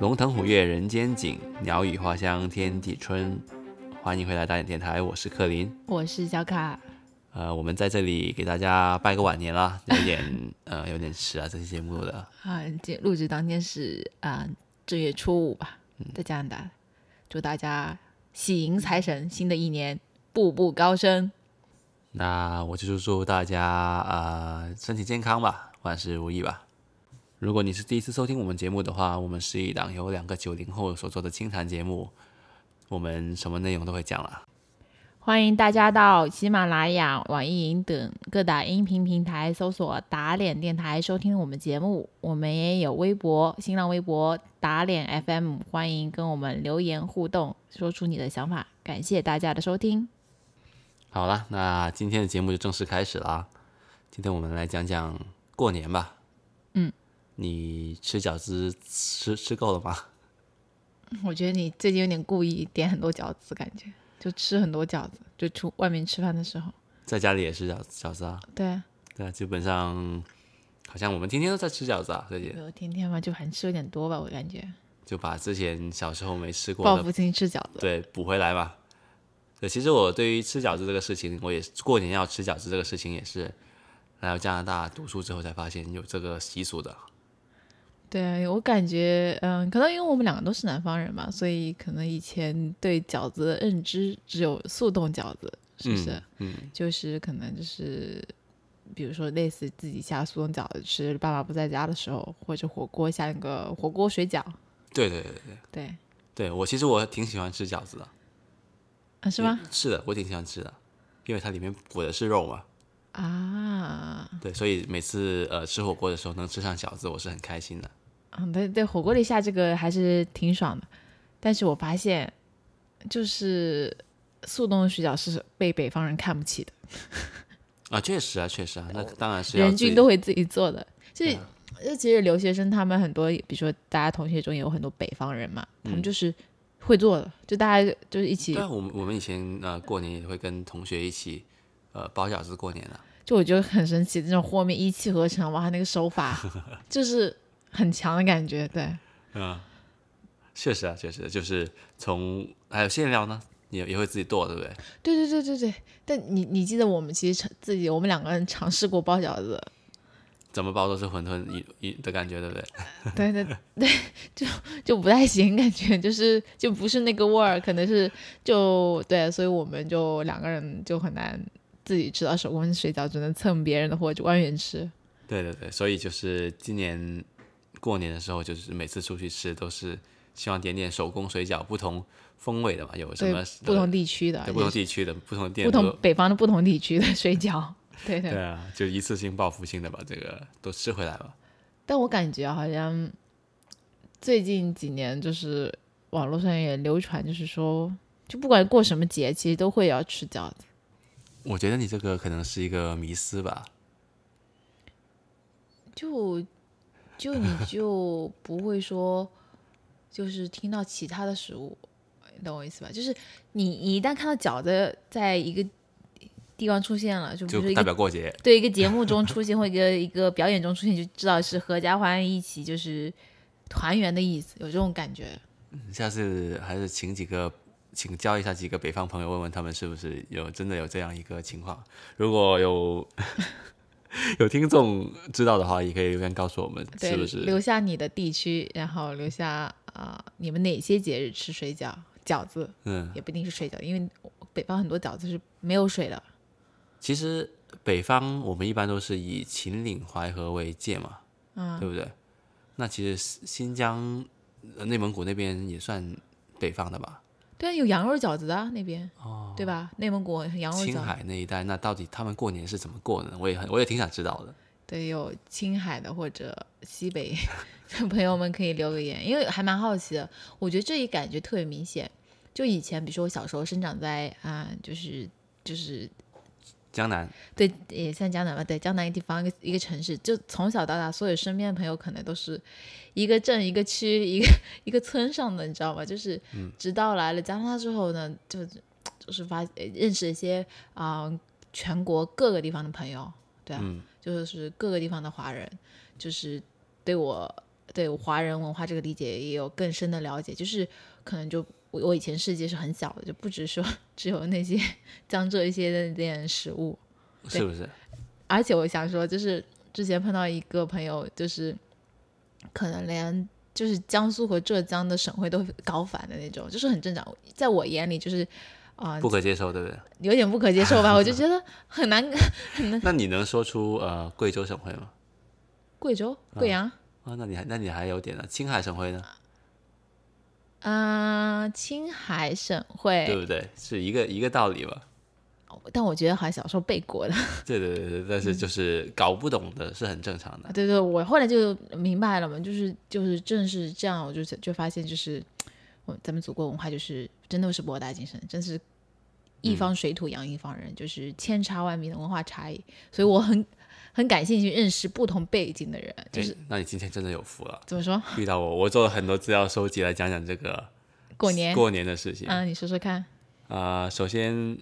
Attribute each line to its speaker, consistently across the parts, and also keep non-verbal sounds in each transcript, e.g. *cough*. Speaker 1: 龙腾虎跃人间景，鸟语花香天地春。欢迎回来大眼电台，我是克林。
Speaker 2: 我是小卡，
Speaker 1: 呃，我们在这里给大家拜个晚年啦，有点呃有点迟啊，这期节目录的。
Speaker 2: 啊，今录制当天是啊正月初五吧，在加拿大，祝大家喜迎财神，新的一年步步高升。
Speaker 1: 那我就祝大家啊、呃身体健康吧，万事如意吧。如果你是第一次收听我们节目的话，我们是一档由两个九零后所做的清谈节目，我们什么内容都会讲啦。
Speaker 2: 欢迎大家到喜马拉雅、网易云等各大音频平台搜索“打脸电台”收听我们节目。我们也有微博、新浪微博“打脸 FM”，欢迎跟我们留言互动，说出你的想法。感谢大家的收听。
Speaker 1: 好啦，那今天的节目就正式开始啦。今天我们来讲讲过年吧。
Speaker 2: 嗯，
Speaker 1: 你吃饺子吃吃够了吗？ *laughs*
Speaker 2: *laughs* 我觉得你最近有点故意点很多饺子，感觉就吃很多饺子，就出外面吃饭的时候。
Speaker 1: 在家里也吃饺饺子啊？
Speaker 2: 对啊，
Speaker 1: 对啊，基本上好像我们天天都在吃饺子啊，最近
Speaker 2: 没有天天吧，就还吃有点多吧，我感觉
Speaker 1: 就把之前小时候没吃过
Speaker 2: 报
Speaker 1: 的
Speaker 2: 复性吃饺子。
Speaker 1: 对，补回来嘛。对，其实我对于吃饺子这个事情，我也是过年要吃饺子这个事情也是来到加拿大读书之后才发现有这个习俗的。
Speaker 2: 对，啊我感觉，嗯，可能因为我们两个都是南方人嘛，所以可能以前对饺子的认知只有速冻饺子，是不是？
Speaker 1: 嗯，
Speaker 2: 就是可能就是，比如说类似自己下速冻饺子吃，爸爸不在家的时候，或者火锅下那个火锅水饺，
Speaker 1: 对对对对
Speaker 2: 对，
Speaker 1: 对，我其实我挺喜欢吃饺子的。
Speaker 2: 啊，是吗？？
Speaker 1: 是的，我挺喜欢吃的，因为它里面裹的是肉嘛。
Speaker 2: 啊，
Speaker 1: 对，所以每次呃吃火锅的时候能吃上饺子，我是很开心的。
Speaker 2: 嗯，对对，火锅里下这个还是挺爽的，但是我发现，就是速冻水饺是被北方人看不起的，
Speaker 1: 啊，确实啊，确实啊，那当然是要
Speaker 2: 人
Speaker 1: 自
Speaker 2: 均
Speaker 1: 己啊
Speaker 2: 都会自己做的，就是。就其实留学生他们很多，比如说大家同学中也有很多北方人嘛，他
Speaker 1: 嗯
Speaker 2: 们就是会做的，就大家就是一起
Speaker 1: 对，啊，我们我们以前呃过年也会跟同学一起呃包饺子过年的。
Speaker 2: 就我觉得很神奇，这种和面一气呵成，哇，那个手
Speaker 1: *laughs*
Speaker 2: 法就是很强的感觉，对，
Speaker 1: *laughs* 确实啊，确实就是从还有馅料呢，也也会自己剁，对不对？
Speaker 2: 对对对对对。但你你记得我们其实尝自己我们两个人尝试过包饺子，
Speaker 1: 怎么包都是馄饨一一的感觉，对不对？
Speaker 2: 对 *laughs* 对对，就就不太行，感觉就是就不是那个味儿，可能是就对，所以我们就两个人就很难自己吃到手工水饺，只能蹭别人的或者外面吃。
Speaker 1: 对对对，所以就是今年过年的时候，就是每次出去吃都是希望点点手工水饺，不同风味的嘛，有什
Speaker 2: 对
Speaker 1: 么呃
Speaker 2: 不同地区的，
Speaker 1: 对不同
Speaker 2: 而且
Speaker 1: 地区的不同的
Speaker 2: 是
Speaker 1: 店
Speaker 2: 不
Speaker 1: 都
Speaker 2: 同北方的不同地区的水饺，对对
Speaker 1: 对啊，就一次性报复性的把这个都吃回来吧。
Speaker 2: 但我感觉好像最近几年，就是网络上也流传，就是说，就不管过什么节，其实都会要吃饺子。
Speaker 1: 我觉得你这个可能是一个迷思吧，
Speaker 2: 就
Speaker 1: *laughs*
Speaker 2: 就你就不会说，就是听到其他的食物，你懂我意思吧？就是你你一旦看到饺子在一个地方出现了，就比如
Speaker 1: 就
Speaker 2: 说一
Speaker 1: 代
Speaker 2: 个
Speaker 1: 表过节。
Speaker 2: 对一个节目中出现或一个一个表演中出现，就知道是合家欢一起就是团圆的意思，有这种感觉。
Speaker 1: 下次还是请几个，请教一下几个北方朋友，问问他们是不是有真的有这样一个情况。如果有 *laughs* 有听众知道的话，也可以留言告诉我们
Speaker 2: 对，
Speaker 1: 是不是
Speaker 2: 留下你的地区，然后留下啊、你们哪些节日吃水饺、饺子，
Speaker 1: 嗯。
Speaker 2: 也不一定是水饺，因为北方很多饺子是没有水的。
Speaker 1: 其实北方我们一般都是以秦岭淮河为界嘛，
Speaker 2: 嗯，
Speaker 1: 对不对？那其实新新疆、呃内蒙古那边也算北方的吧？
Speaker 2: 对啊，有羊肉饺子啊，那边，对吧？内蒙古羊肉
Speaker 1: 哦青
Speaker 2: 饺，
Speaker 1: 海那一带，那到底他们过年是怎么过的呢？我也很，我也挺想知道的。
Speaker 2: 对，有青海的或者西北的朋友们可以留个言，因为还蛮好奇的。我觉得这一感觉特别明显，就以前，比如说我小时候生长在啊、就是就是
Speaker 1: 江南，
Speaker 2: 对，也算江南吧，对，江南一个地方，一个一个城市，就从小到大，所有身边的朋友可能都是一个镇、一个区、一个一个村上的，你知道吗？就是，直到来了加拿大之后呢，就就是发呃认识一些啊、全国各个地方的朋友，对啊，就是各个地方的华人，就是对我对华人文化这个理解也有更深的了解，就是可能就我我以前世界是很小的，就不只说 *laughs* 只有那些江浙一些的点食物，
Speaker 1: 是不是？
Speaker 2: 而且我想说，就是之前碰到一个朋友，就是可能连就是江苏和浙江的省会都搞反的那种，就是很正常，在我眼里就是啊、
Speaker 1: 不可接受，对不对？
Speaker 2: 有点不可接受吧，我就觉得很难。
Speaker 1: 那你能说出呃贵州省会吗？
Speaker 2: 贵州、贵阳
Speaker 1: 啊，那你还那你还有点呢。青海省会呢，
Speaker 2: 啊、青海省
Speaker 1: 对
Speaker 2: 会，
Speaker 1: 不对？是一个一个道理吧？
Speaker 2: 但我觉得好像小时候背过的。
Speaker 1: 对对对对，但
Speaker 2: 嗯
Speaker 1: 是就是搞不懂的是很正常的。
Speaker 2: 啊对对，我后来就明白了嘛，就是就是正是这样，我就就发现就是我咱们祖国文化就是真的是博大精深，真是一
Speaker 1: 嗯
Speaker 2: 方水土养一方人，就是千差万别的文化差异，所以我很很感兴趣认识不同背景的人，就
Speaker 1: 诶
Speaker 2: 是
Speaker 1: 那你今天真的有福了，
Speaker 2: 怎么说
Speaker 1: 遇到我， *laughs* 我做了很多资料收集来讲讲这个
Speaker 2: 过年，
Speaker 1: 过年的事情。
Speaker 2: 嗯，你说说看，
Speaker 1: 呃，首先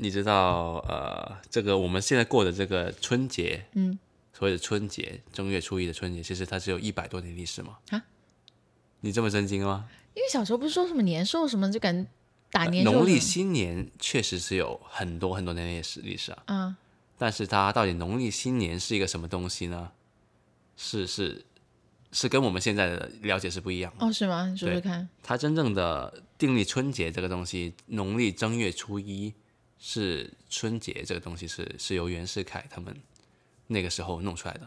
Speaker 1: 你知道，呃，这个我们现在过的这个春节，嗯，所谓的春节，正月初一的春节，其实它是有一百多年历史嘛。
Speaker 2: 啊？
Speaker 1: 你这么震惊吗？
Speaker 2: 因为小时候不是说什么年兽什么，就感觉打年兽
Speaker 1: 呃农历
Speaker 2: 什
Speaker 1: 新年确实是有很多很多年的历史历史啊，
Speaker 2: 么啊，
Speaker 1: 但是它到底农历新年是一个什么东西呢？是是是跟我们现在的了解是不一样的。
Speaker 2: 哦是吗？你说说看，
Speaker 1: 它真正的订立春节这个东西，农历正月初一是春节这个东西是是由袁世凯他们那个时候弄出来的。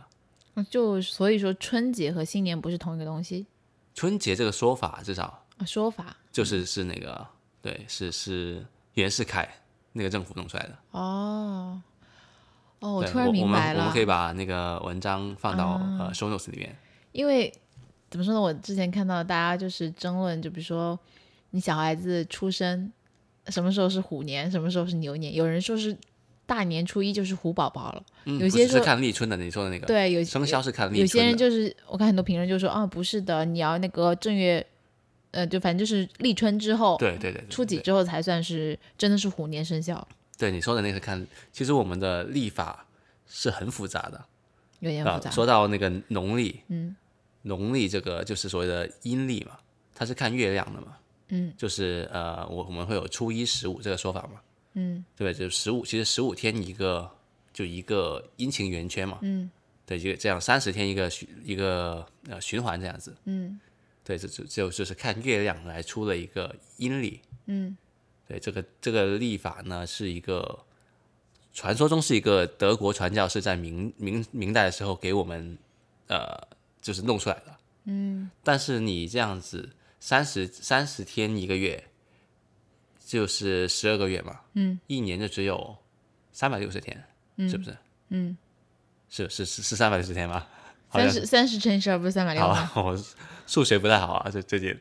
Speaker 2: 嗯就所以说春节和新年不是同一个东西
Speaker 1: 春节这个说法至少
Speaker 2: 啊说法
Speaker 1: 就是是那个对是是袁世凯那个政府弄出来的。
Speaker 2: 哦。哦，我
Speaker 1: 对
Speaker 2: 突然明白
Speaker 1: 我们我
Speaker 2: 了啊
Speaker 1: 们可，以把那个文章放到、呃 show notes 里面。
Speaker 2: 因为怎么说呢，我之前看到大家就是争论，就比如说你小孩子出生什么时候是虎年，什么时候是牛年，有人说是大年初一就是虎宝宝了，
Speaker 1: 嗯，
Speaker 2: 有
Speaker 1: 不
Speaker 2: 些
Speaker 1: 是
Speaker 2: 说
Speaker 1: 是看立春的，你说的那个
Speaker 2: 对，有
Speaker 1: 生肖是看
Speaker 2: 有
Speaker 1: 立
Speaker 2: 些
Speaker 1: 春
Speaker 2: 人
Speaker 1: 的。
Speaker 2: 就是我看很多评论就说啊，不是的，你要那个正月，呃，就反正就是立春之后，
Speaker 1: 对对对对，
Speaker 2: 初几
Speaker 1: 对
Speaker 2: 之后才算是真的是虎年生肖，
Speaker 1: 对你说的那个是看，其实我们的历法是很复杂的。
Speaker 2: 有点复
Speaker 1: 啊
Speaker 2: 杂，，
Speaker 1: 说到那个农历，嗯，农历这个就是所谓的阴历嘛，它是看月亮的嘛，嗯，就是呃，我我们会有初一十五这个说法嘛，嗯，对不对？就是十五，其实十五天一个，就一个阴晴圆缺嘛，嗯，对，一个这样三十天一个循一个呃循环这样子，嗯，对，这就就就是看月亮来出了一个阴历，嗯，对，这个这个历法呢是一个。传说中是一个德国传教士在明明明代的时候给我们，呃，就是弄出来的。嗯，但是你这样子三十三十天一个月，就是十二个月嘛，嗯，一年就只有三百六十天，是不是？嗯，是是是是三百六十天吗？好像
Speaker 2: 三十三十乘以十二不是三百六
Speaker 1: 好
Speaker 2: 吗？
Speaker 1: 啊，我数学不太好啊，这最
Speaker 2: *laughs*
Speaker 1: 近，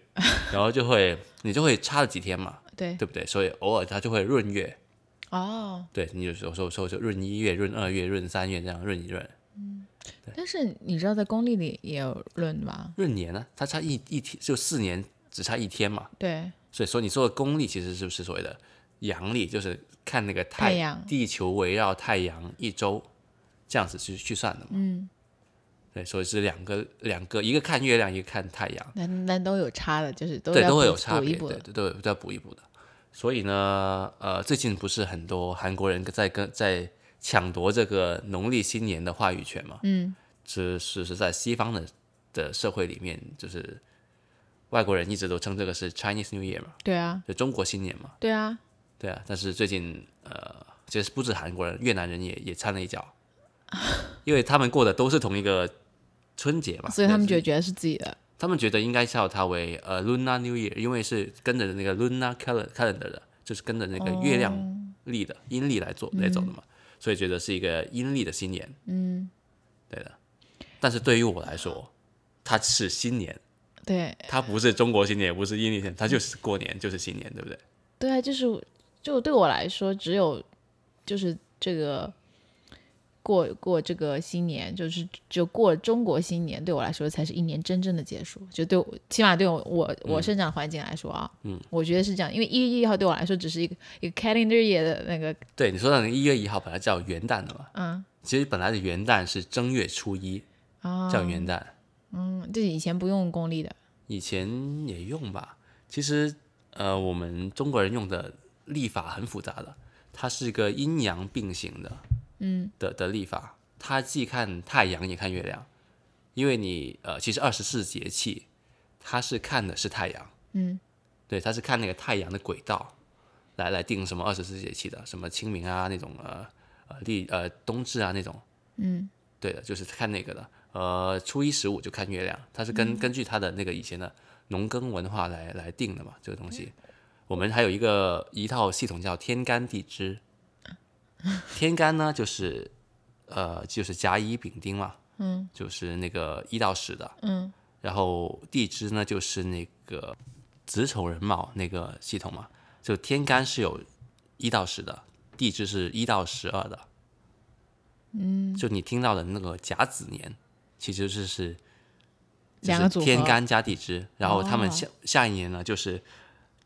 Speaker 1: 然后就会你就会差了几天嘛，
Speaker 2: 对，
Speaker 1: 对不对？所以偶尔它就会闰月，
Speaker 2: 哦，
Speaker 1: 对你有时候说说就闰一月、闰二月、闰三月这样闰一闰，
Speaker 2: 但是你知道在公历里也有论吧？
Speaker 1: 闰年呢、它差一一天就四年只差一天嘛，
Speaker 2: 对，
Speaker 1: 所以说你说的公历其实是不是所谓的阳历，就是看那个
Speaker 2: 太阳
Speaker 1: 地球围绕太阳一周这样子去去算的嘛，嗯，对，所以是两个两个，一个看月亮，一个看太阳。
Speaker 2: 但但都有差的，就是都
Speaker 1: 对，
Speaker 2: 要
Speaker 1: 都会
Speaker 2: 补
Speaker 1: 有差
Speaker 2: 补一
Speaker 1: 别，
Speaker 2: 补
Speaker 1: 对对，都有都要补一补的。所以呢，呃，最近不是很多韩国人在跟在抢夺这个农历新年的话语权嘛？嗯，是是是在西方的的社会里面，就是外国人一直都称这个是 Chinese New Year 嘛，
Speaker 2: 对啊，
Speaker 1: 就中国新年嘛，
Speaker 2: 对啊，
Speaker 1: 对啊。但是最近呃，其实不止韩国人，越南人也也掺了一脚， *laughs* 因为他们过的都是同一个春节嘛，
Speaker 2: 所以他们
Speaker 1: 就是
Speaker 2: 就觉得是自己的。
Speaker 1: 他们觉得应该叫它为呃 Lunar New Year，因为是跟着那个 Lunar calen- calendar 的，就是跟着那
Speaker 2: 哦
Speaker 1: 个月亮历的、阴历来做来走的嘛，所以觉得是一个阴历的新年。嗯，对的。但是对于我来说，它是新年，
Speaker 2: 对
Speaker 1: 它不是中国新年，也不是阴历新年，它就是过年，就是新年，对不对？
Speaker 2: 对啊，就是就对我来说，只有就是这个过过这个新年，就是就过中国新年，对我来说才是一年真正的结束。就对我，起码对我我
Speaker 1: 嗯
Speaker 2: 我生长环境来说啊，嗯，我觉得是这样，因为一月一号对我来说只是一个一个 calendar year 的那个，
Speaker 1: 对，你说到那个一月一号本来叫元旦的嘛，
Speaker 2: 嗯
Speaker 1: 其实本来的元旦是正月初一
Speaker 2: 啊，
Speaker 1: 叫元旦，
Speaker 2: 嗯，这以前不用公历的，
Speaker 1: 以前也用吧。其实呃，我们中国人用的历法很复杂的，它是一个阴阳并行的，嗯，的的历法，它既看太阳也看月亮，因为你呃，其实二十四节气它是看的是太阳，
Speaker 2: 嗯，
Speaker 1: 对，它是看那个太阳的轨道来来定什么二十四节气的，什么清明啊那种呃呃历呃冬至啊那种，
Speaker 2: 嗯
Speaker 1: 对的，就是看那个的。呃，初一十五就看月亮，它是根根据它的那个以前的农耕文化来来定的嘛，这个东西。
Speaker 2: 嗯
Speaker 1: 我们还有一个一套系统叫天干地支，天干呢就是呃就是甲乙丙丁嘛，
Speaker 2: 嗯，
Speaker 1: 就是那个一到十的，
Speaker 2: 嗯
Speaker 1: 然后地支呢就是那个子丑寅卯那个系统嘛，就天干是有一到十的，地支是一到十二的。嗯，就你听到的那个甲子年，其实是是就
Speaker 2: 两个
Speaker 1: 是
Speaker 2: 组合
Speaker 1: 天干加地支，然后他们
Speaker 2: 哦
Speaker 1: 下、下一年呢就是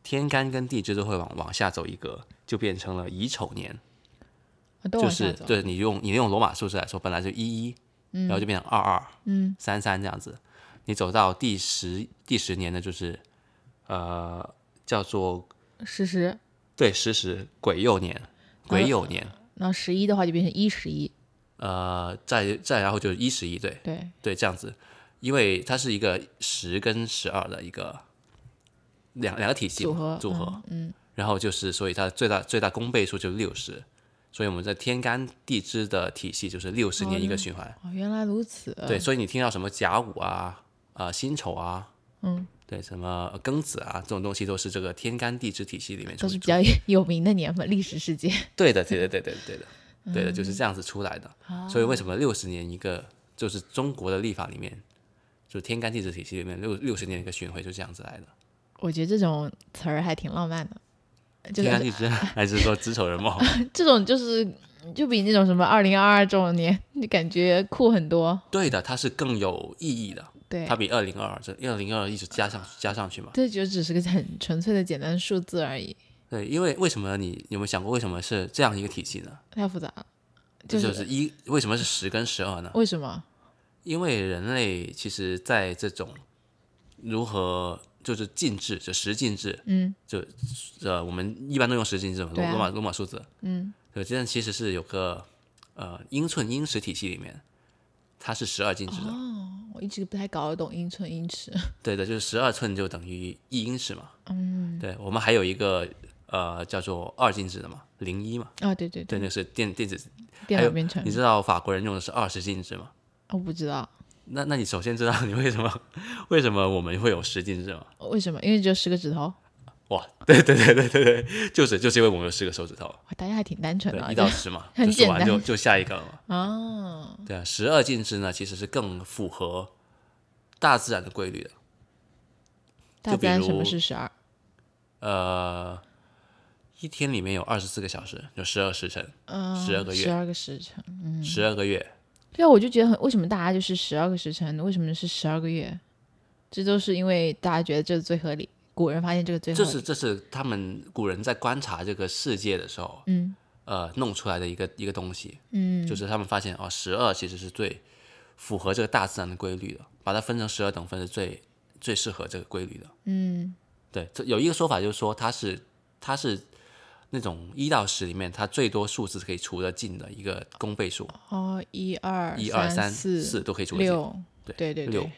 Speaker 1: 天干跟地支都会往往下走一格，就变成了乙丑年。
Speaker 2: 我都
Speaker 1: 就
Speaker 2: 往下
Speaker 1: 是
Speaker 2: 走，
Speaker 1: 对你用你用罗马数字来说，本来就一一、然后就变成二二，嗯，三三这样子。你走到第十第十年呢，就是呃叫做
Speaker 2: 十十，
Speaker 1: 对十十癸酉年，癸酉年，
Speaker 2: 那十一的话就变成一十一，
Speaker 1: 呃，再再然后就是一十一，对
Speaker 2: 对，
Speaker 1: 对，这样子，因为它是一个十跟十二的一个两两个体系嘛
Speaker 2: 组合
Speaker 1: 组合，嗯，然后就是所以它最大最大公倍数就是六十。所以我们在天干地支的体系就是六十年一个循环，
Speaker 2: 哦，原来如此，
Speaker 1: 对，所以你听到什么甲午啊、啊、辛丑啊，
Speaker 2: 嗯，
Speaker 1: 对，什么庚子啊这种东西，都是这个天干地支体系里面出
Speaker 2: 都是比较有名的年份，历史事件。
Speaker 1: 对的，对的，对的，对
Speaker 2: *laughs*
Speaker 1: 的，对
Speaker 2: 嗯
Speaker 1: 的，就是这样子出来的。
Speaker 2: 哦
Speaker 1: 所以为什么六十年一个，就是中国的历法里面，就天干地支体系里面六六十年一个巡回就这样子来的。
Speaker 2: 我觉得这种词儿还挺浪漫的，就
Speaker 1: 天干
Speaker 2: 是
Speaker 1: 地支还是说子丑寅卯？
Speaker 2: 这种就是就比那种什么二零二二这种年，就感觉酷很多。
Speaker 1: *laughs* 对的，它是更有意义的，
Speaker 2: 对
Speaker 1: 它，比二零二二这二零二一直加上加上去嘛。
Speaker 2: 这就只是个很纯粹的简单数字而已，
Speaker 1: 对，因为为什么你有没有想过为什么是这样一个体系呢？
Speaker 2: 太复杂了。
Speaker 1: 这
Speaker 2: 是、
Speaker 1: 就是一为什么是十跟十二呢？
Speaker 2: 为什么？
Speaker 1: 因为人类其实，在这种如何就是进制，就十进制，
Speaker 2: 嗯，
Speaker 1: 就呃，我们一般都用十进制嘛，罗
Speaker 2: 对啊
Speaker 1: 罗马罗马数字，
Speaker 2: 嗯，
Speaker 1: 对，这样其实是有个呃英寸英尺体系里面，它是十二进制的，
Speaker 2: 哦我一直不太搞得懂英寸英尺。
Speaker 1: 对的，就是十二寸就等于一英尺嘛，嗯，对，我们还有一个呃叫做二进制的嘛，零一嘛，
Speaker 2: *laughs* 啊，对对
Speaker 1: 对，
Speaker 2: 对，
Speaker 1: 那是电电子，
Speaker 2: 电
Speaker 1: 还
Speaker 2: 脑
Speaker 1: 有
Speaker 2: 编程
Speaker 1: 你，知道法国人用的是二十进制吗？
Speaker 2: 我不知道
Speaker 1: 那那你首先知道你为什么为什么我们会有十进制吗？
Speaker 2: 为什么，因为只有十个指头，
Speaker 1: 哇，对对对对对对，就是就是因为我们有十个手指头，
Speaker 2: 哇大家还挺单纯
Speaker 1: 对
Speaker 2: 的，啊
Speaker 1: 一到十嘛，
Speaker 2: 很
Speaker 1: 就数完
Speaker 2: 简单
Speaker 1: 就就下一个了嘛。
Speaker 2: 啊，
Speaker 1: 对啊，十二进制呢其实是更符合大自然的规律的。
Speaker 2: 大
Speaker 1: 就比
Speaker 2: 自然什么
Speaker 1: 如
Speaker 2: 是十二？
Speaker 1: 呃，一天里面有二十四个小时，有十二时辰，
Speaker 2: 嗯，
Speaker 1: 12个月
Speaker 2: 十二个时辰。
Speaker 1: 十二个月。
Speaker 2: 对啊，我就觉得很，为什么大家就是十二个时辰，为什么是十二个月？这都是因为大家觉得这是最合理，古人发现这个最合
Speaker 1: 这
Speaker 2: 理。
Speaker 1: 是这是他们古人在观察这个世界的时候，
Speaker 2: 嗯，
Speaker 1: 呃，弄出来的一个一个东西，
Speaker 2: 嗯，
Speaker 1: 就是他们发现哦，十二其实是最符合这个大自然的规律的，把它分成十二等分是最最适合这个规律的。
Speaker 2: 嗯
Speaker 1: 对，这有一个说法就是说它是它是那种一到十里面它最多数字可以除得尽的一个公倍数，
Speaker 2: 哦，一二
Speaker 1: 一二三
Speaker 2: 三
Speaker 1: 四都可以除得尽，
Speaker 2: 六，
Speaker 1: 对
Speaker 2: 对对
Speaker 1: 六
Speaker 2: 对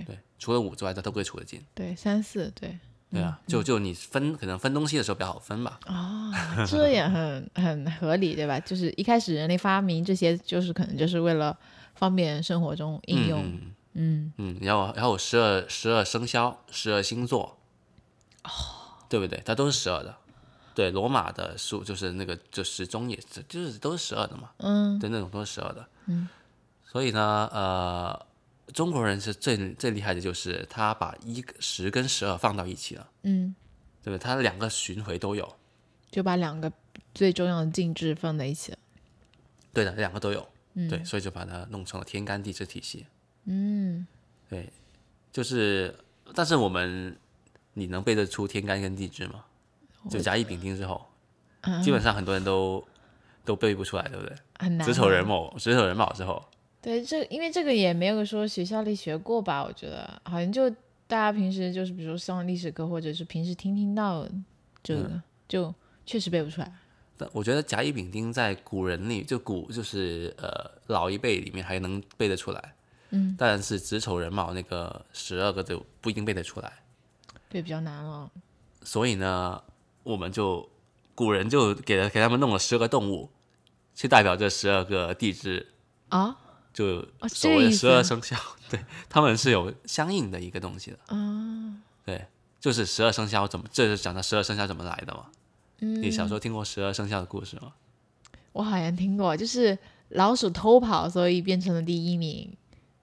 Speaker 2: 对
Speaker 1: 对，除了五之外它都可以除得尽。
Speaker 2: 对三四对
Speaker 1: 对
Speaker 2: 嗯
Speaker 1: 啊，就就你分可能分东西的时候比较好分吧。
Speaker 2: 啊，这也很很合理，对吧？就是一开始人类发明这些，就是可能就是为了方便生活中应用。
Speaker 1: 嗯
Speaker 2: 嗯，
Speaker 1: 嗯，然后然后十二十二生肖、十二星座，哦，对不对？它都是十二的。对，罗马的数就是那个就时钟也是，就是都是十二的嘛。
Speaker 2: 嗯，
Speaker 1: 对，那种都是十二的。嗯，所以呢，呃，中国人是最最厉害的就是他把一十跟十二放到一起了，
Speaker 2: 嗯，
Speaker 1: 对不对？他两个巡回都有，
Speaker 2: 就把两个最重要的进制放在一起了。
Speaker 1: 对的，两个都有。
Speaker 2: 嗯
Speaker 1: 对，所以就把它弄成了天干地支体系。
Speaker 2: 嗯
Speaker 1: 对，就是，但是我们你能背得出天干跟地支吗？就甲乙丙丁之后，
Speaker 2: 嗯
Speaker 1: 基本上很多人都都背不出来，对不对？
Speaker 2: 很难。啊
Speaker 1: 子丑人。卯，子丑人卯之后，
Speaker 2: 对，这因为这个也没有说学校里学过吧，我觉得好像就大家平时就是比如说上历史课，或者是平时听听到这个，
Speaker 1: 嗯
Speaker 2: 就确实背不出来。
Speaker 1: 但我觉得甲乙丙丁在古人里，就古就是呃老一辈里面还能背得出来，嗯，但是子丑人卯那个十二个就不一定背得出来，
Speaker 2: 对，比较难了。
Speaker 1: 所以呢，我们就古人就给了给他们弄了十个动物，去代表这十二个地支，
Speaker 2: 啊
Speaker 1: 就
Speaker 2: 哦
Speaker 1: 所
Speaker 2: 这
Speaker 1: 谓
Speaker 2: 个
Speaker 1: 的
Speaker 2: 意
Speaker 1: 十
Speaker 2: 思
Speaker 1: 二生肖， *laughs* 对他们是有相应的一个东西的，
Speaker 2: 啊，
Speaker 1: 对，就是十二生肖怎么，这就讲到十二生肖怎么来的嘛。
Speaker 2: 嗯
Speaker 1: 你小时候听过十二生肖的故事吗？
Speaker 2: 我好像听过，就是老鼠偷跑，所以变成了第一名，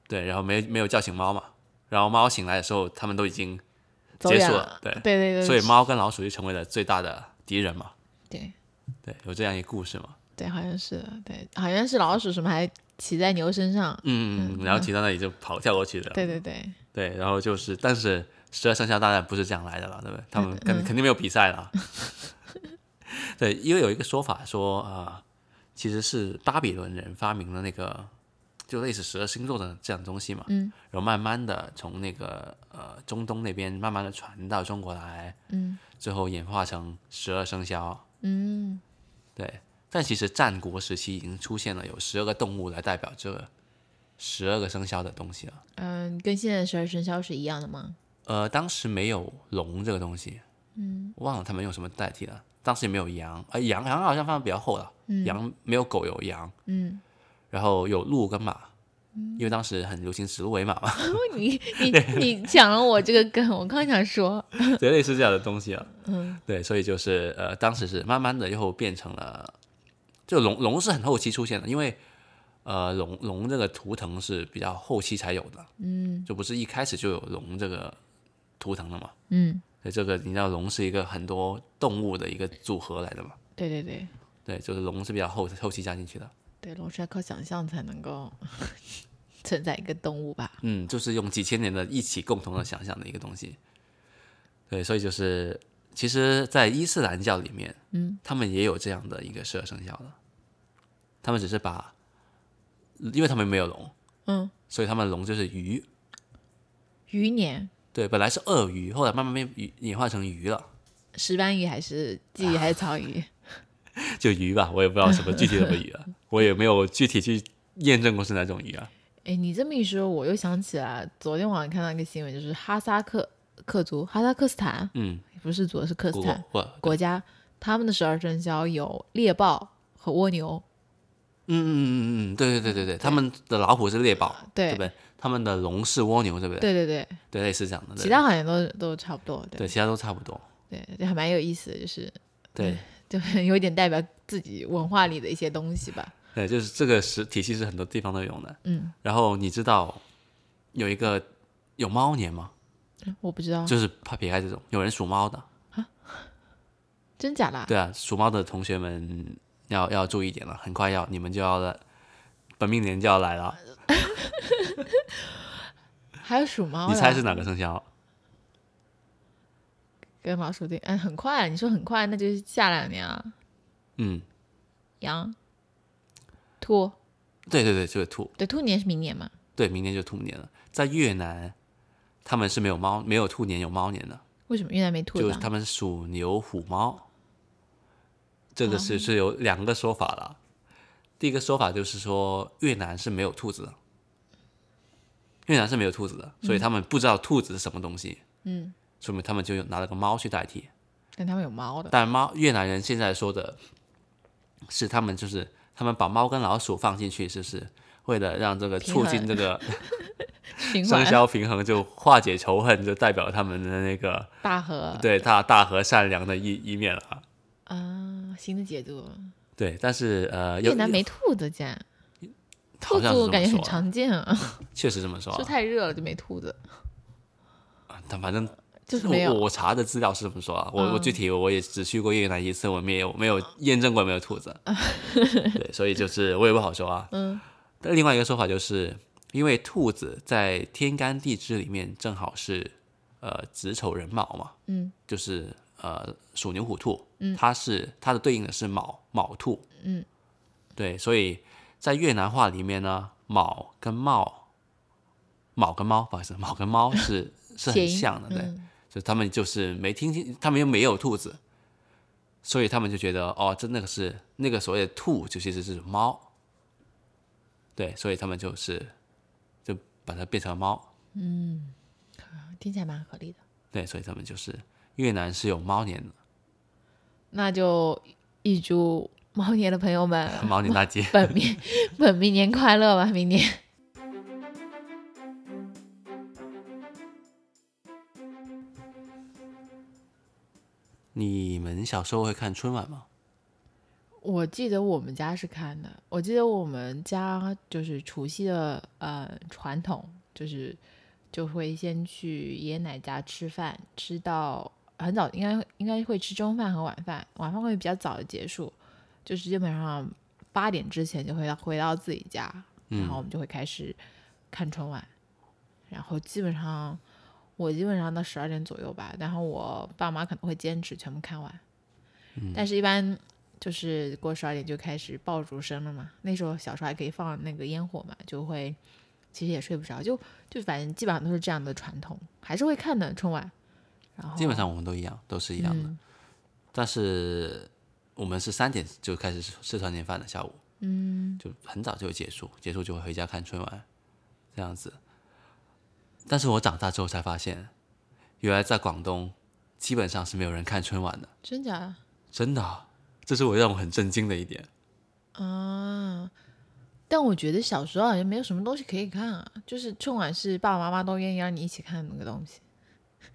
Speaker 1: 对，然后没没有叫醒猫嘛，然后猫醒来的时候，他们都已经
Speaker 2: 走
Speaker 1: 结
Speaker 2: 远
Speaker 1: 束
Speaker 2: 了
Speaker 1: 了。对，
Speaker 2: 对对对，
Speaker 1: 所以猫跟老鼠就成为了最大的敌人嘛。
Speaker 2: 对
Speaker 1: 对，有这样一个故事嘛。
Speaker 2: 对，好像是的，对，好像是老鼠什么还骑在牛身上，
Speaker 1: 嗯，然后骑到那里就跑跳过去的。
Speaker 2: 对对对，
Speaker 1: 对，然后就是，但是十二生肖当然不是这样来的了，对不对？他们肯肯定没有比赛了。 *laughs* 对，因为有一个说法说啊、其实是巴比伦人发明了那个就类似十二星座的这样东西嘛，嗯，然后慢慢的从那个呃中东那边慢慢的传到中国来，
Speaker 2: 嗯，
Speaker 1: 最后演化成十二生肖。
Speaker 2: 嗯，
Speaker 1: 对，但其实战国时期已经出现了有十二个动物来代表这十二个生肖的东西了。
Speaker 2: 嗯，跟现在的十二生肖是一样的吗？
Speaker 1: 呃，当时没有龙这个东西，嗯，忘了他们用什么代替了。当时也没有羊，呃，羊羊好像放的比较后了，羊没有狗有羊，
Speaker 2: 嗯，
Speaker 1: 然后有鹿跟马，因为当时很流行指鹿为马嘛，
Speaker 2: *laughs*
Speaker 1: *laughs*
Speaker 2: 你你你讲了我这个梗，我刚想说，
Speaker 1: 对，类似这样的东西了，嗯， *laughs* 对，所以就是呃，当时是慢慢的又变成了，就龙龙是很后期出现的，因为呃龙龙这个图腾是比较后期才有的，嗯，就不是一开始就有龙这个图腾了嘛，
Speaker 2: 嗯，
Speaker 1: 所以这个你知道龙是一个很多动物的一个组合来的嘛？
Speaker 2: 对对对
Speaker 1: 对，就是龙是比较后后期加进去的。
Speaker 2: 对，龙是要靠想象才能够 *laughs* 存在一个动物吧？
Speaker 1: 嗯，就是用几千年的一起共同的想象的一个东西。对，所以就是其实，在伊斯兰教里面，嗯，他们也有这样的一个十二生肖的，他们只是把，因为他们没有龙，
Speaker 2: 嗯，
Speaker 1: 所以他们龙就是鱼。
Speaker 2: 鱼年
Speaker 1: 对，本来是鳄鱼，后来慢慢变鱼演化成鱼了， *laughs*
Speaker 2: 石斑鱼还是鲫鱼还是草鱼？
Speaker 1: 就鱼吧，我也不知道什么具体什么鱼啊，我也没有具体去验证过是哪种鱼啊。
Speaker 2: *sighs* 哎，你这么一说，我又想起来，昨天晚上看到一个新闻，就是哈萨克克族，哈萨克斯坦
Speaker 1: 嗯，
Speaker 2: 不是族，是克斯
Speaker 1: 国
Speaker 2: 坦
Speaker 1: 或
Speaker 2: 国家，他们的十二生肖有猎豹和蜗牛，
Speaker 1: 嗯嗯嗯嗯嗯，对对对对对，他们的老虎是猎豹，
Speaker 2: 对
Speaker 1: 不对？他们的龙是蜗牛，对不对？
Speaker 2: 对对对，
Speaker 1: 对，类似这样的。对
Speaker 2: 其他好像都都差不多，对
Speaker 1: 对其他都差不多。
Speaker 2: 对，这还蛮有意思的，就是 *laughs* 嗯
Speaker 1: 对
Speaker 2: 就是有点代表自己文化里的一些东西吧。
Speaker 1: 对，就是这个是体系是很多地方都有的。
Speaker 2: 嗯，
Speaker 1: 然后你知道有一个有猫年吗？
Speaker 2: 我不知道，
Speaker 1: 嗯就是怕撇开这种，有人属猫的。
Speaker 2: 啊真假啦？
Speaker 1: 对啊，属猫的同学们要要注意一点了，很快要你们就要了，本命年就要来了。
Speaker 2: 还有属猫的，
Speaker 1: 你猜是哪个生肖？
Speaker 2: 跟老鼠对？哎，很快，你说很快，那就是下两年啊，
Speaker 1: 嗯，
Speaker 2: 羊、兔，
Speaker 1: 对对对，就是兔。
Speaker 2: 对，兔年是明年嘛？
Speaker 1: 对，明年就兔年了。在越南，他们是没有猫，没有兔年，有猫年的。
Speaker 2: 为什么越南没兔
Speaker 1: 就
Speaker 2: 子
Speaker 1: 是
Speaker 2: 啊？
Speaker 1: 他们属牛、虎、猫，这个
Speaker 2: 哦
Speaker 1: 是是有两个说法了。第一个说法就是说越南是没有兔子的，越南是没有兔子的，所以他们不知道兔子是什么东西，
Speaker 2: 嗯，
Speaker 1: 说明他们就拿了个猫去代替。
Speaker 2: 但他们有猫的。
Speaker 1: 但猫越南人现在说的是他们就是他们把猫跟老鼠放进去，就是为了让这个
Speaker 2: 平
Speaker 1: 促进
Speaker 2: 衡
Speaker 1: 这个
Speaker 2: 循
Speaker 1: 生
Speaker 2: 环
Speaker 1: 肖平衡，就化解仇恨，就代表他们的那个
Speaker 2: 大河
Speaker 1: 对大大和善良的一一面了啊。
Speaker 2: 啊，新的解读。
Speaker 1: 对，但是呃，有
Speaker 2: 越南没兔子竟然，
Speaker 1: 好
Speaker 2: 兔
Speaker 1: 像
Speaker 2: 子
Speaker 1: 是
Speaker 2: 我
Speaker 1: 这
Speaker 2: 感
Speaker 1: 么
Speaker 2: 觉很
Speaker 1: 说啊，
Speaker 2: 常见啊，
Speaker 1: 确实这么说
Speaker 2: 说
Speaker 1: 啊。
Speaker 2: 太热了就没兔子，
Speaker 1: 啊但反正
Speaker 2: 就是没
Speaker 1: 我我
Speaker 2: 有。嗯
Speaker 1: 我查的资料是这么说啊，我我具体我也只去过越南一次，我没有没有验证过有没有兔子。对，所以就是我也不好说啊。
Speaker 2: *laughs* 嗯。
Speaker 1: 但另外一个说法就是，因为兔子在天干地支里面正好是呃子丑寅卯嘛，
Speaker 2: 嗯，
Speaker 1: 就是呃属牛虎兔，嗯，它是它的对应的是卯卯兔，
Speaker 2: 嗯，
Speaker 1: 对，所以在越南话里面呢，卯跟卯，卯跟猫，不好意思，卯跟猫
Speaker 2: *laughs*
Speaker 1: 是是
Speaker 2: 谐
Speaker 1: 很
Speaker 2: 音
Speaker 1: 像的，对，
Speaker 2: 嗯
Speaker 1: 就他们就是没听清，他们又没有兔子，所以他们就觉得哦，这那个是那个所谓的兔，就其实是猫，对，所以他们就是就把它变成了猫，
Speaker 2: 听起来蛮合理的。
Speaker 1: 对，所以他们就是越南是有猫年的，
Speaker 2: 那就预祝猫年的朋友们。
Speaker 1: 猫年大吉
Speaker 2: 本命本命年快乐吧，明年。
Speaker 1: 你们小时候会看春晚吗？
Speaker 2: *laughs* 我记得我们家是看的，我记得我们家就是除夕的呃传统，就是就会先去爷爷奶奶家吃饭，吃到很早，应该应该会吃中饭和晚饭，晚饭会比较早的结束，就是基本上八点之前就会到回到自己家，然后我们就会开始看春晚，然后基本上我基本上到十二点左右吧，然后我爸妈可能会坚持全部看完，但是一般就是过十二点就开始爆竹声了嘛，那时候小时候还可以放那个烟火嘛，就会其实也睡不着，就就反正基本上都是这样的传统，还是会看的春晚，然后
Speaker 1: 基本上我们都一样，都是一样的。
Speaker 2: 哦嗯
Speaker 1: 但是我们是三点就开始吃吃团年饭的，下午，嗯，就很早就结束，结束就会回家看春晚，这样子。但是我长大之后才发现，原来在广东基本上是没有人看春晚的，
Speaker 2: 真假的
Speaker 1: 真的啊，这是我让我很震惊的一点。
Speaker 2: 啊？但我觉得小时候好像没有什么东西可以看啊，就是春晚是爸爸妈妈都愿意让你一起看那个东西，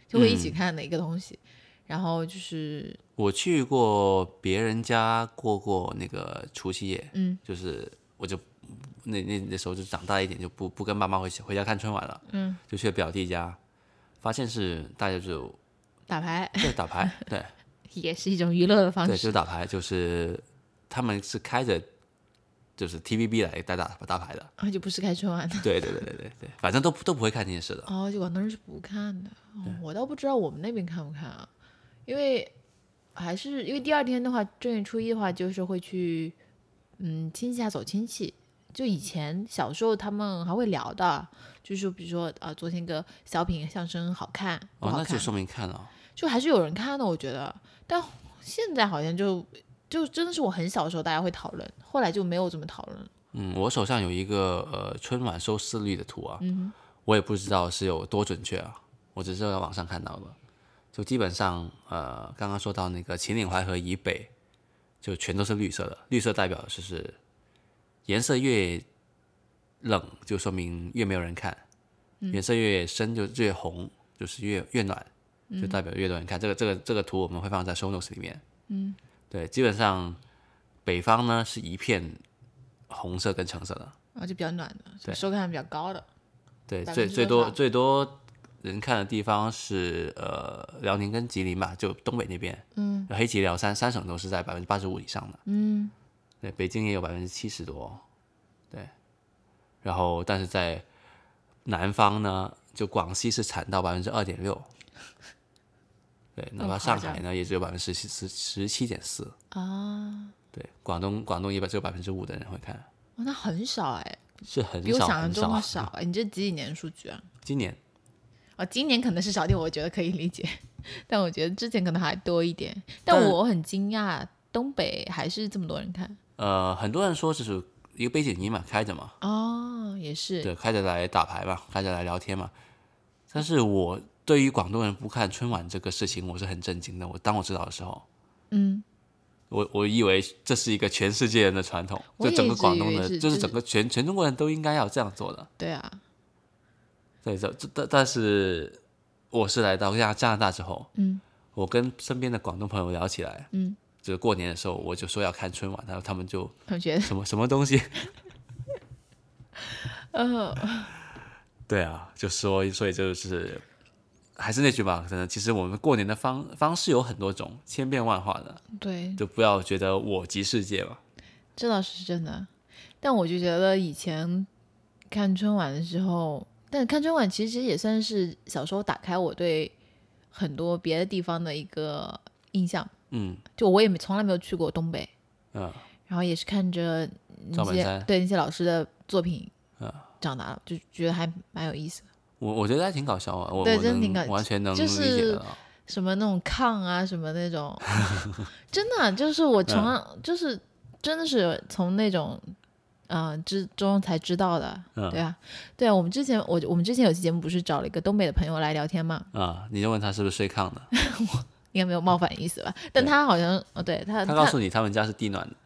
Speaker 2: 就会一
Speaker 1: 嗯
Speaker 2: 起看的一个东西。然后就是
Speaker 1: 我去过别人家过过那个除夕夜，
Speaker 2: 嗯，
Speaker 1: 就是我就那那那时候就长大一点，就不不跟爸妈回回家看春晚了，
Speaker 2: 嗯，
Speaker 1: 就去了表弟家，发现是大家就
Speaker 2: 打牌
Speaker 1: 对打牌，
Speaker 2: *laughs*
Speaker 1: 对
Speaker 2: 也是一种娱乐的方
Speaker 1: 对，
Speaker 2: 式
Speaker 1: 就，打牌，就是他们是开着就是 TVB 来打打打牌的，
Speaker 2: 啊然后就不是看春晚的。
Speaker 1: 对对对对对对，反正都不都不会看电视的，
Speaker 2: 哦，就广东人是不看的、哦我倒不知道我们那边看不看啊，因为还是因为第二天的话，正月初一的话，就是会去嗯亲戚家走亲戚。就以前小时候他们还会聊的，就是比如说啊，昨天个小品相声好看不
Speaker 1: 哦，
Speaker 2: 好
Speaker 1: 那
Speaker 2: 看，
Speaker 1: 就说明看了，
Speaker 2: 就还是有人看的，我觉得。但现在好像就就真的是我很小的时候大家会讨论，后来就没有怎么讨论了。
Speaker 1: 嗯，我手上有一个呃春晚收视率的图啊，我也不知道是有多准确啊，我只是在网上看到的，就基本上呃刚刚说到那个秦岭淮河以北，就全都是绿色的，绿色代表就是颜色越冷就说明越没有人看，颜色越深就越红，就是越越暖，就代表越多人看。这个这个这个图我们会放在 show notes 里面，嗯，对，基本上北方呢是一片红色跟橙色的。
Speaker 2: 然后就比较暖的，
Speaker 1: 对
Speaker 2: 收看比较高的，
Speaker 1: 对，
Speaker 2: 百
Speaker 1: 最
Speaker 2: 分之
Speaker 1: 最
Speaker 2: 多
Speaker 1: 多
Speaker 2: 少
Speaker 1: 最多人看的地方是呃辽宁跟吉林嘛，就东北那边，嗯，黑吉辽三三省都是在百分之八十五以上的，嗯，对，北京也有百分之七十多，对，然后但是在南方呢，就广西是惨到百分之二点六，
Speaker 2: *laughs*
Speaker 1: 对，哪
Speaker 2: 那么
Speaker 1: 怕
Speaker 2: 夸
Speaker 1: 上海呢也只有百分之十七十七点四，
Speaker 2: 啊，
Speaker 1: 对，广东广东一般只有百分之五的人会看，
Speaker 2: 哦，那很少哎，
Speaker 1: 是很
Speaker 2: 比我
Speaker 1: 少
Speaker 2: 想象
Speaker 1: 很
Speaker 2: 中
Speaker 1: 少
Speaker 2: 的，少。哎，你这几几年的数据啊？
Speaker 1: 今年
Speaker 2: 哦，今年可能是少点，我觉得可以理解， *laughs* 但我觉得之前可能还多一点。但
Speaker 1: 但
Speaker 2: 我很惊讶，东北还是这么多人看
Speaker 1: 呃很多人说就是一个背景音嘛开着嘛。
Speaker 2: 哦，也是
Speaker 1: 对，开着来打牌嘛，开着来聊天嘛。但是我对于广东人不看春晚这个事情，我是很震惊的。我当我知道的时候，
Speaker 2: 嗯，
Speaker 1: 我我以为这是一个全世界人的传统，
Speaker 2: 我
Speaker 1: 就
Speaker 2: 也
Speaker 1: 整
Speaker 2: 一
Speaker 1: 个
Speaker 2: 直
Speaker 1: 广
Speaker 2: 以
Speaker 1: 东
Speaker 2: 为
Speaker 1: 的，
Speaker 2: 是
Speaker 1: 就是
Speaker 2: 就
Speaker 1: 整
Speaker 2: 是
Speaker 1: 个全全中国人都应该要这样做的。
Speaker 2: 对啊，
Speaker 1: 对，这这但但是我是来到加加拿大之后，
Speaker 2: 嗯，
Speaker 1: 我跟身边的广东朋友聊起来，
Speaker 2: 嗯，
Speaker 1: 就是过年的时候我就说要看春晚，然后他们就
Speaker 2: 我觉得
Speaker 1: 什么什么东西，
Speaker 2: 呃，
Speaker 1: 对啊，就说，所以就是还是那句吧，真的，其实我们过年的方方式有很多种，千变万化的，
Speaker 2: 对，
Speaker 1: 就不要觉得我即世界嘛。
Speaker 2: 这倒是真的。但我就觉得以前看春晚的时候，但看春晚其实也算是小时候打开我对很多别的地方的一个印象。
Speaker 1: 嗯
Speaker 2: 就我也没从来没有去过东北，
Speaker 1: 嗯
Speaker 2: 然后也是看着
Speaker 1: 赵
Speaker 2: 那
Speaker 1: 本
Speaker 2: 些
Speaker 1: 山
Speaker 2: 对那些老师的作品
Speaker 1: 嗯
Speaker 2: 长大了，就觉得还蛮有意思的。
Speaker 1: 我我觉得还挺搞笑啊，我
Speaker 2: 对
Speaker 1: 我
Speaker 2: 真
Speaker 1: 能
Speaker 2: 挺搞
Speaker 1: 完全能理
Speaker 2: 就
Speaker 1: 解
Speaker 2: 是
Speaker 1: 的啊。
Speaker 2: 什么那种炕啊，什么
Speaker 1: *laughs*
Speaker 2: 那种，真的啊、就是我从、
Speaker 1: 嗯
Speaker 2: 就是真的是从那种嗯、呃之中才知道的，
Speaker 1: 嗯
Speaker 2: 对啊，对啊，我们之前我我们之前有期节目不是找了一个东北的朋友来聊天嘛，
Speaker 1: 啊、你就问他是不是睡炕的，
Speaker 2: 应该没有冒犯意思吧？但
Speaker 1: 对
Speaker 2: 他好像哦，对他
Speaker 1: 他告诉你他们家是地暖的。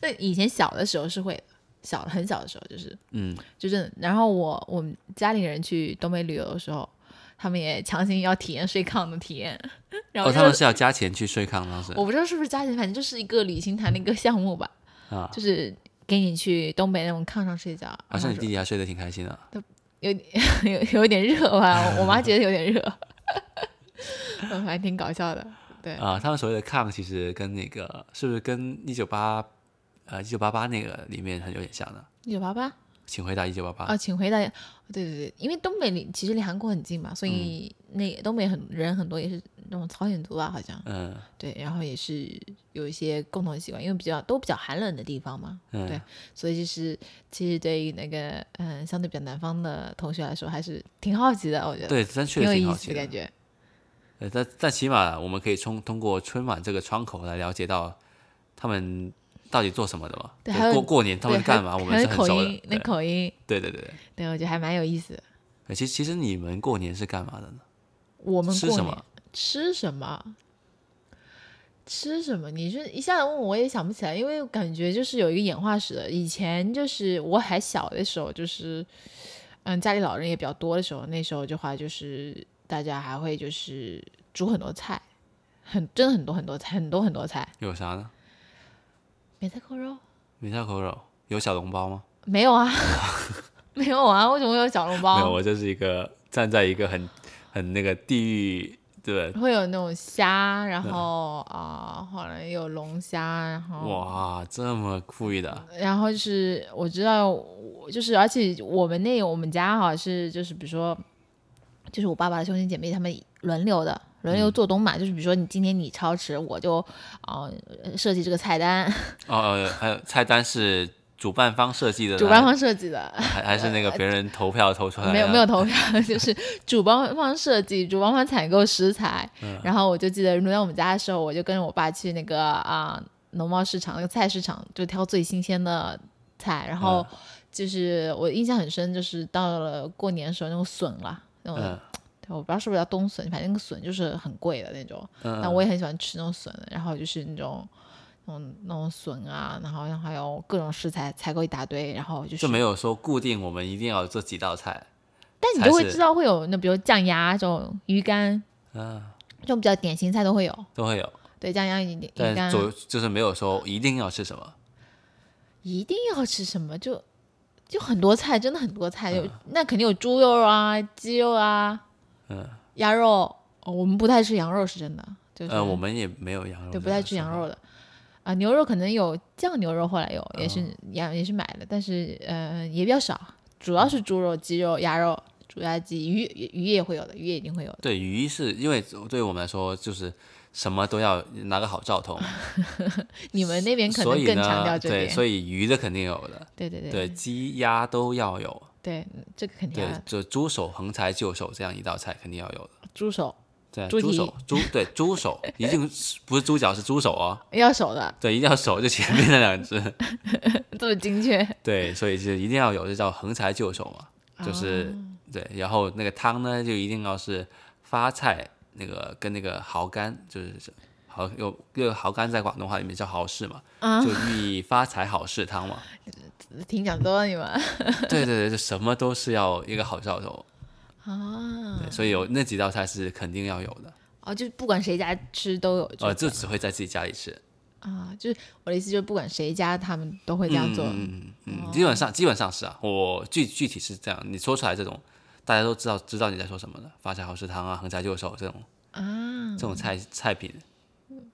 Speaker 2: 但以前小的时候是会的，小很小的时候就是
Speaker 1: 嗯，
Speaker 2: 就是，然后我我们家里人去东北旅游的时候，他们也强行要体验睡炕的体验，然后
Speaker 1: 哦，
Speaker 2: 就
Speaker 1: 他们是要加钱去睡炕，当时
Speaker 2: 我不知道是不是家庭，反正就是一个旅行团的一个项目吧，
Speaker 1: *laughs* 啊
Speaker 2: 就是给你去东北那种炕上睡觉。
Speaker 1: 好像你弟
Speaker 2: 然
Speaker 1: 弟还睡得挺开心的。
Speaker 2: 后说有有点热吧，我我妈觉得有点热， *laughs* 嗯，还挺搞笑的。对，
Speaker 1: 啊、他们所谓的炕其实跟那个是不是跟一九八呃一九八八那个里面很有点像呢？
Speaker 2: 一九八八
Speaker 1: 请回答一九八八
Speaker 2: 啊，请回答。对对对，因为东北离其实离韩国很近嘛，所
Speaker 1: 嗯
Speaker 2: 以那东北很人很多也是那种朝鲜族啊吧，好像
Speaker 1: 嗯
Speaker 2: 对，然后也是有一些共同习惯，因为比较都比较寒冷的地方嘛，对
Speaker 1: 嗯，
Speaker 2: 所以就是其实对于那个嗯相对比较南方的同学来说，还是挺好奇的，我觉得
Speaker 1: 对，但确
Speaker 2: 挺
Speaker 1: 实
Speaker 2: 有
Speaker 1: 挺
Speaker 2: 意
Speaker 1: 好
Speaker 2: 思
Speaker 1: 奇
Speaker 2: 的感
Speaker 1: 的。
Speaker 2: 觉。
Speaker 1: 呃，但但起码我们可以通通过春晚这个窗口来了解到他们到底做什么的嘛。
Speaker 2: 对
Speaker 1: 就
Speaker 2: 还有
Speaker 1: 过过年他
Speaker 2: 对，
Speaker 1: 们
Speaker 2: 还有
Speaker 1: 干嘛，我
Speaker 2: 还
Speaker 1: 们
Speaker 2: 有
Speaker 1: 是很
Speaker 2: 口
Speaker 1: 熟
Speaker 2: 音
Speaker 1: 的，。
Speaker 2: 那
Speaker 1: 对
Speaker 2: 口音，
Speaker 1: 对对对对。
Speaker 2: 对我觉得还蛮有意思的。
Speaker 1: 呃其实其实你们过年是干嘛的呢？
Speaker 2: 我们
Speaker 1: 吃
Speaker 2: 过
Speaker 1: 什
Speaker 2: 年
Speaker 1: 么
Speaker 2: 吃什么？吃什么？你是一下子问我，我也想不起来，因为感觉就是有一个演化史的。以前就是我还小的时候，就是嗯，家里老人也比较多的时候，那时候的话就是大家还会就是煮很多菜，很真的很多很多菜，很多很多菜，
Speaker 1: 有啥呢？
Speaker 2: 梅菜扣肉
Speaker 1: 梅菜扣肉有小笼包吗？
Speaker 2: 没有啊， *laughs* 没有啊，为什么会有小笼
Speaker 1: 没有，
Speaker 2: 包？
Speaker 1: 我就是一个站在一个很很那个地域对。
Speaker 2: 会有那种虾，然后啊，后来有龙虾，然后
Speaker 1: 哇，这么富裕的，
Speaker 2: 然后就是我知道我，就是而且我们那我们家哈是就是比如说，就是我爸爸的兄弟姐妹他们轮流的。轮流做东嘛，就是比如说你今天你超时，我就啊、呃设计这个菜单，
Speaker 1: 哦，呃还有菜单是主办方设计的呢，
Speaker 2: 主办方设计的，
Speaker 1: 还还是那个别人投票投出来的？
Speaker 2: 没有没有投票， *laughs* 就是主办方设计，主办方采购食材。
Speaker 1: 嗯
Speaker 2: 然后我就记得轮到我们家的时候，我就跟着我爸去那个啊、农贸市场那个菜市场，就挑最新鲜的菜。然后
Speaker 1: 嗯
Speaker 2: 就是我印象很深，就是到了过年的时候那种笋啦，那种、
Speaker 1: 嗯
Speaker 2: 对我不知道是不是叫冬笋，反正那个笋就是很贵的那种。
Speaker 1: 嗯，
Speaker 2: 但我也很喜欢吃那种笋，然后就是那种。那种那种笋啊，然后还有各种食材，采购一大堆，然后就是
Speaker 1: 就没有说固定我们一定要有这几道菜。
Speaker 2: 但你
Speaker 1: 才
Speaker 2: 就会
Speaker 1: 是
Speaker 2: 知道会有那，比如酱鸭这种鱼干，
Speaker 1: 啊，
Speaker 2: 这种比较典型菜都会有。
Speaker 1: 都会有，
Speaker 2: 对，酱鸭鱼鱼
Speaker 1: 但
Speaker 2: 干
Speaker 1: 左就是没有说一定要吃什么。
Speaker 2: 一定要吃什么就就很多菜，真的很多菜，有、那肯定有猪肉啊、鸡肉啊、
Speaker 1: 嗯
Speaker 2: 鸭肉。哦我们不太吃羊肉是真的，就是、
Speaker 1: 呃，我们也没有羊肉，
Speaker 2: 对不太吃羊。肉的。啊，牛肉可能有酱牛肉，后来有也
Speaker 1: 嗯
Speaker 2: 是羊、也是买的，但是呃也比较少，主要是猪肉、鸡肉、鸭肉、煮鸭鸡、鱼鱼也会有的，鱼也一定会有的。
Speaker 1: 对，鱼是因为对我们来说就是什么都要拿个好兆头，
Speaker 2: *laughs* 你们那边可
Speaker 1: 所
Speaker 2: 能
Speaker 1: 以
Speaker 2: 更强调
Speaker 1: 呢，
Speaker 2: 这点
Speaker 1: 对，，所以鱼的肯定有的，
Speaker 2: 对对对
Speaker 1: 对，鸡鸭都要有，
Speaker 2: 对，嗯这个肯定
Speaker 1: 对
Speaker 2: 要，
Speaker 1: 就猪手、横财、就手这样一道菜肯定要有的。
Speaker 2: 猪手
Speaker 1: 对，
Speaker 2: 猪
Speaker 1: 猪
Speaker 2: 蹄
Speaker 1: 手，猪对猪手，一定是不是猪脚是猪手哦，
Speaker 2: 要手的，
Speaker 1: 对，一定要手就前面那两只，
Speaker 2: 这么精确。
Speaker 1: 对，所以是一定要有，这叫横财就手嘛，就是、
Speaker 2: 哦
Speaker 1: 对，然后那个汤呢就一定要是发菜那个跟那个蚝干，就是蚝有这个蚝干在广东话里面叫蚝氏嘛，
Speaker 2: 啊
Speaker 1: 就寓意发财好事汤
Speaker 2: *laughs*
Speaker 1: 嘛，
Speaker 2: 挺讲究的你们
Speaker 1: 对对对，就什么都是要一个好兆头，
Speaker 2: 啊，
Speaker 1: 对，所以有那几道菜是肯定要有的，
Speaker 2: 哦，就是不管谁家吃都有这
Speaker 1: 呃，
Speaker 2: 个，
Speaker 1: 就只会在自己家里吃，
Speaker 2: 啊，就是我的意思就是不管谁家他们都会这样做，哦
Speaker 1: 嗯嗯嗯，基本上基本上是啊，我具具体是这样，你说出来这种，大家都知道知道你在说什么了，发财好食堂啊，横财就手这种
Speaker 2: 啊， *laughs*
Speaker 1: 这种菜菜品，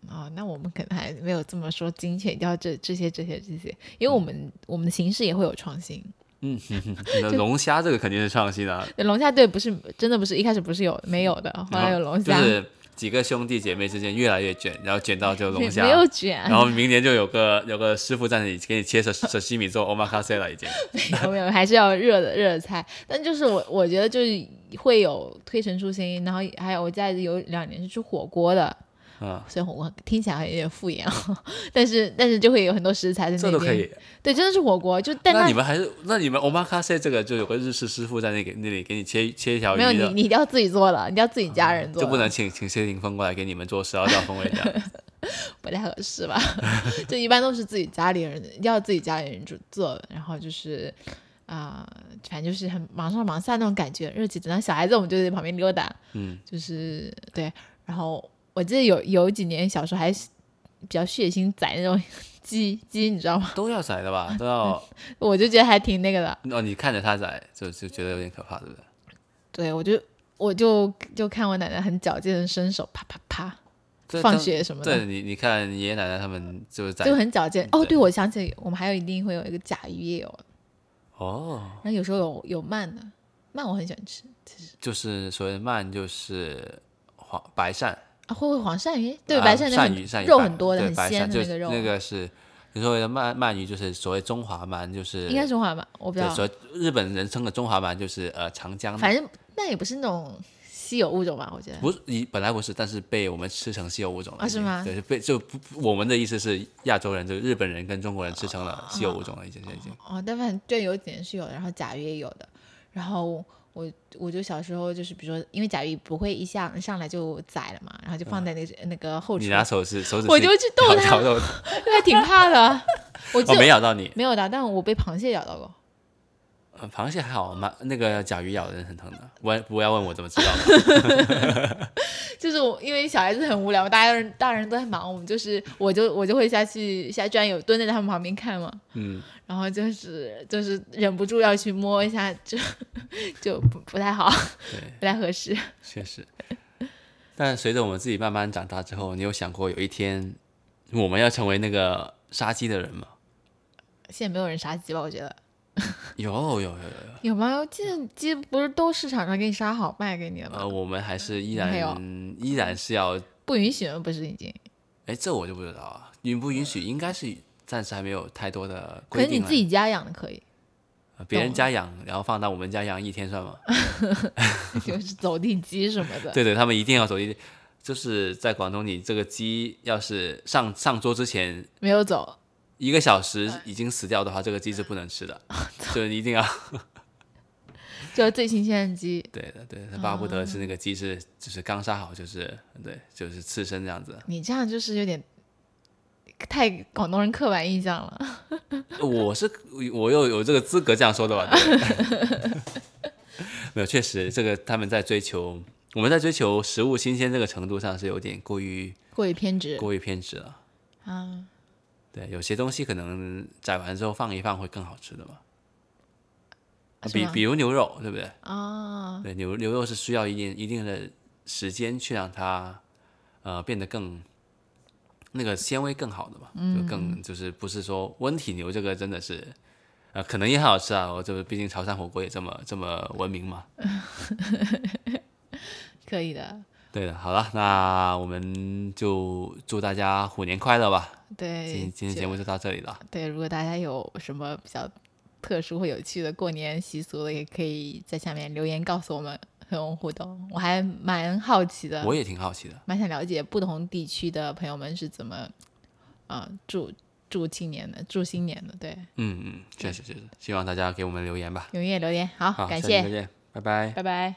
Speaker 2: 哦，那我们可能还没有这么说精确掉这这些这些这些，因为我们、我们的形式也会有创新。
Speaker 1: 嗯，哼哼那龙虾这个肯定是创新的，啊
Speaker 2: *laughs* 龙虾队不是真的不是一开始不是有没有的，后来有龙虾，
Speaker 1: 嗯就是几个兄弟姐妹之间越来越卷，然后卷到就龙虾
Speaker 2: 没，有卷
Speaker 1: 然，后明年就有个有个师傅在那里给你切寿寿西米做 omakase 了，已经。
Speaker 2: 没有没有，还是要热的热的菜。但就是我我觉得就是会有推陈出新，然后还有我家里有两年是吃火锅的，
Speaker 1: 嗯，
Speaker 2: 虽然火锅听起来好像有点敷衍啊，但是但是就会有很多食 *laughs* 材在那
Speaker 1: 这
Speaker 2: 边，
Speaker 1: 都可以，
Speaker 2: 对，真的是火锅，就但
Speaker 1: 那
Speaker 2: 它
Speaker 1: 你们还是那你们 omakase 这个就有个日式师傅在那给那里给你切切一条鱼
Speaker 2: 没有你
Speaker 1: 的，啊嗯
Speaker 2: 你一定要自己做的，你要自己家人做
Speaker 1: 就
Speaker 2: 的，
Speaker 1: 不能请请谢霆锋过来给你们做十二道风味
Speaker 2: *laughs*
Speaker 1: 酱。
Speaker 2: 不太合适吧？ *laughs* 就一般都是自己家里人，要自己家里人做做，然后就是啊、反正就是很忙上忙下那种感觉。热气等到小孩子，我们就在旁边溜达，
Speaker 1: 嗯，
Speaker 2: 就是对。然后我记得有有几年小时候还是比较血腥宰那种鸡鸡，你知道吗？
Speaker 1: 都要宰的吧？都要
Speaker 2: 我就觉得还挺那个的。
Speaker 1: 哦，你看着他宰就就觉得有点可怕，对不对？
Speaker 2: 对我就我就就看我奶奶很矫健的伸手，啪啪啪，
Speaker 1: 这
Speaker 2: 放
Speaker 1: 当
Speaker 2: 学什么的
Speaker 1: 对你你看爷爷奶奶他们就是宰
Speaker 2: 就很矫健。哦，
Speaker 1: 对
Speaker 2: 对，我想起我们还有一定会有一个甲鱼也有，
Speaker 1: 哦，
Speaker 2: 然后有时候有有鳗的，鳗我很喜欢吃。
Speaker 1: 就是所谓的鳗就是黄白鳝，
Speaker 2: 啊，会不会黄鳝鱼？对，
Speaker 1: 啊
Speaker 2: 白鳝那
Speaker 1: 鳝
Speaker 2: 个
Speaker 1: 鱼鳝鱼
Speaker 2: 肉
Speaker 1: 白
Speaker 2: 很多的，
Speaker 1: 对
Speaker 2: 很
Speaker 1: 白
Speaker 2: 鲜
Speaker 1: 鳝
Speaker 2: 的
Speaker 1: 就
Speaker 2: 那个肉，
Speaker 1: 那个是你所谓的鳗鳗鱼，就是所谓中华鳗，就是
Speaker 2: 应该是黄吧？我不知
Speaker 1: 对，
Speaker 2: 道，
Speaker 1: 所谓日本人称的中华鳗就是呃长江的，
Speaker 2: 反正那也不是那种稀有物种吧？我觉得。
Speaker 1: 不是你本来不是，但是被我们吃成稀有物种了
Speaker 2: 啊
Speaker 1: 已经
Speaker 2: 是吗
Speaker 1: 对，就被就不我们的意思是亚洲人，就日本人跟中国人吃成了稀有物种了，已经已经。
Speaker 2: 哦，但反正对，有几年是有的，然后甲鱼也有的。然后我我就小时候就是，比如说，因为甲鱼不会一下上来就宰了嘛，然后就放在那个、那个后
Speaker 1: 嗯你
Speaker 2: 厨，
Speaker 1: 拿手指手指
Speaker 2: *laughs* 我就去逗它，
Speaker 1: 咬肉，
Speaker 2: 就 *laughs* 还挺
Speaker 1: *laughs*
Speaker 2: 怕的。我记
Speaker 1: 我
Speaker 2: 得、
Speaker 1: 哦没咬到你。
Speaker 2: 没有的，但我被螃蟹咬到过。
Speaker 1: 呃螃蟹还好，蛮那个甲鱼咬人很疼的。我不要问我怎么知道的，
Speaker 2: 就是我因为小孩子很无聊，大家人大人都在忙，我们就是我就我就会下去下转悠，蹲在他们旁边看嘛，
Speaker 1: 嗯，
Speaker 2: *laughs* 然后就是就是忍不住要去摸一下，就就不不太好，
Speaker 1: 对，
Speaker 2: 不太合适。
Speaker 1: 确实。但随着我们自己慢慢长大之后，你有想过有一天我们要成为那个杀鸡的人吗？
Speaker 2: 现在没有人杀鸡吧？我觉得
Speaker 1: 有有有有有。
Speaker 2: 有吗？我记得鸡不是都市场上给你杀好卖给你了吗？
Speaker 1: 呃，我们还是依
Speaker 2: 没
Speaker 1: 然
Speaker 2: 有
Speaker 1: 依然是要，
Speaker 2: 不允许吗？不是已经？
Speaker 1: 哎，这我就不知道啊，允不允许？应该是暂时还没有太多的
Speaker 2: 可
Speaker 1: 规
Speaker 2: 是你
Speaker 1: 定了。
Speaker 2: 自己家养的
Speaker 1: *laughs*
Speaker 2: 可以，
Speaker 1: 呃别人
Speaker 2: 懂
Speaker 1: 家养，然后放到我们家养一天算吗？ *laughs*
Speaker 2: 就是走地鸡什么的。
Speaker 1: 对对，他们一定要走一，就是在广东，你这个鸡要是上上桌之前
Speaker 2: 没有走，
Speaker 1: 一个小时已经死掉的话，这个鸡是不能吃
Speaker 2: 哦
Speaker 1: 的，就是一定要
Speaker 2: 就是最新鲜的鸡。
Speaker 1: 对的，对的，他巴不得
Speaker 2: 嗯
Speaker 1: 是那个鸡是就是刚杀好，就是对，就是刺身这样子。
Speaker 2: 你这样就是有点太广东人刻板印象了。
Speaker 1: 我是我又有这个资格这样说的吧？对不
Speaker 2: *laughs*
Speaker 1: 对没有，确实，这个他们在追求，我们在追求食物新鲜这个程度上是有点过于
Speaker 2: 过于偏执
Speaker 1: 过于偏执了。
Speaker 2: 啊，
Speaker 1: 对，有些东西可能宰完之后放一放会更好吃的嘛。
Speaker 2: 啊是
Speaker 1: 比
Speaker 2: 吗
Speaker 1: 比如牛肉，对不对？
Speaker 2: 啊，
Speaker 1: 对，牛牛肉是需要一定一定的时间去让它呃变得更那个纤维更好的嘛，就
Speaker 2: 嗯
Speaker 1: 更就是不是说温体牛这个真的是。呃，可能也很好吃啊，我这毕竟潮汕火锅也这么这么闻名嘛。
Speaker 2: 可以的，
Speaker 1: 对的，好了，那我们就祝大家虎年快乐吧。
Speaker 2: 对
Speaker 1: 今，今天节目就到这里了
Speaker 2: 就，对，如果大家有什么比较特殊或有趣的过年习俗的，也可以在下面留言告诉我们，和我们互动。我还蛮好奇的，
Speaker 1: 我也挺好奇的。
Speaker 2: 蛮想了解不同地区的朋友们是怎么啊祝祝新年的，祝新年的。对，
Speaker 1: 嗯嗯，确实确实，希望大家给我们留言吧。
Speaker 2: 踊跃留言，好，
Speaker 1: 好，
Speaker 2: 感
Speaker 1: 下期再
Speaker 2: 谢，
Speaker 1: 见，拜拜。
Speaker 2: 拜拜。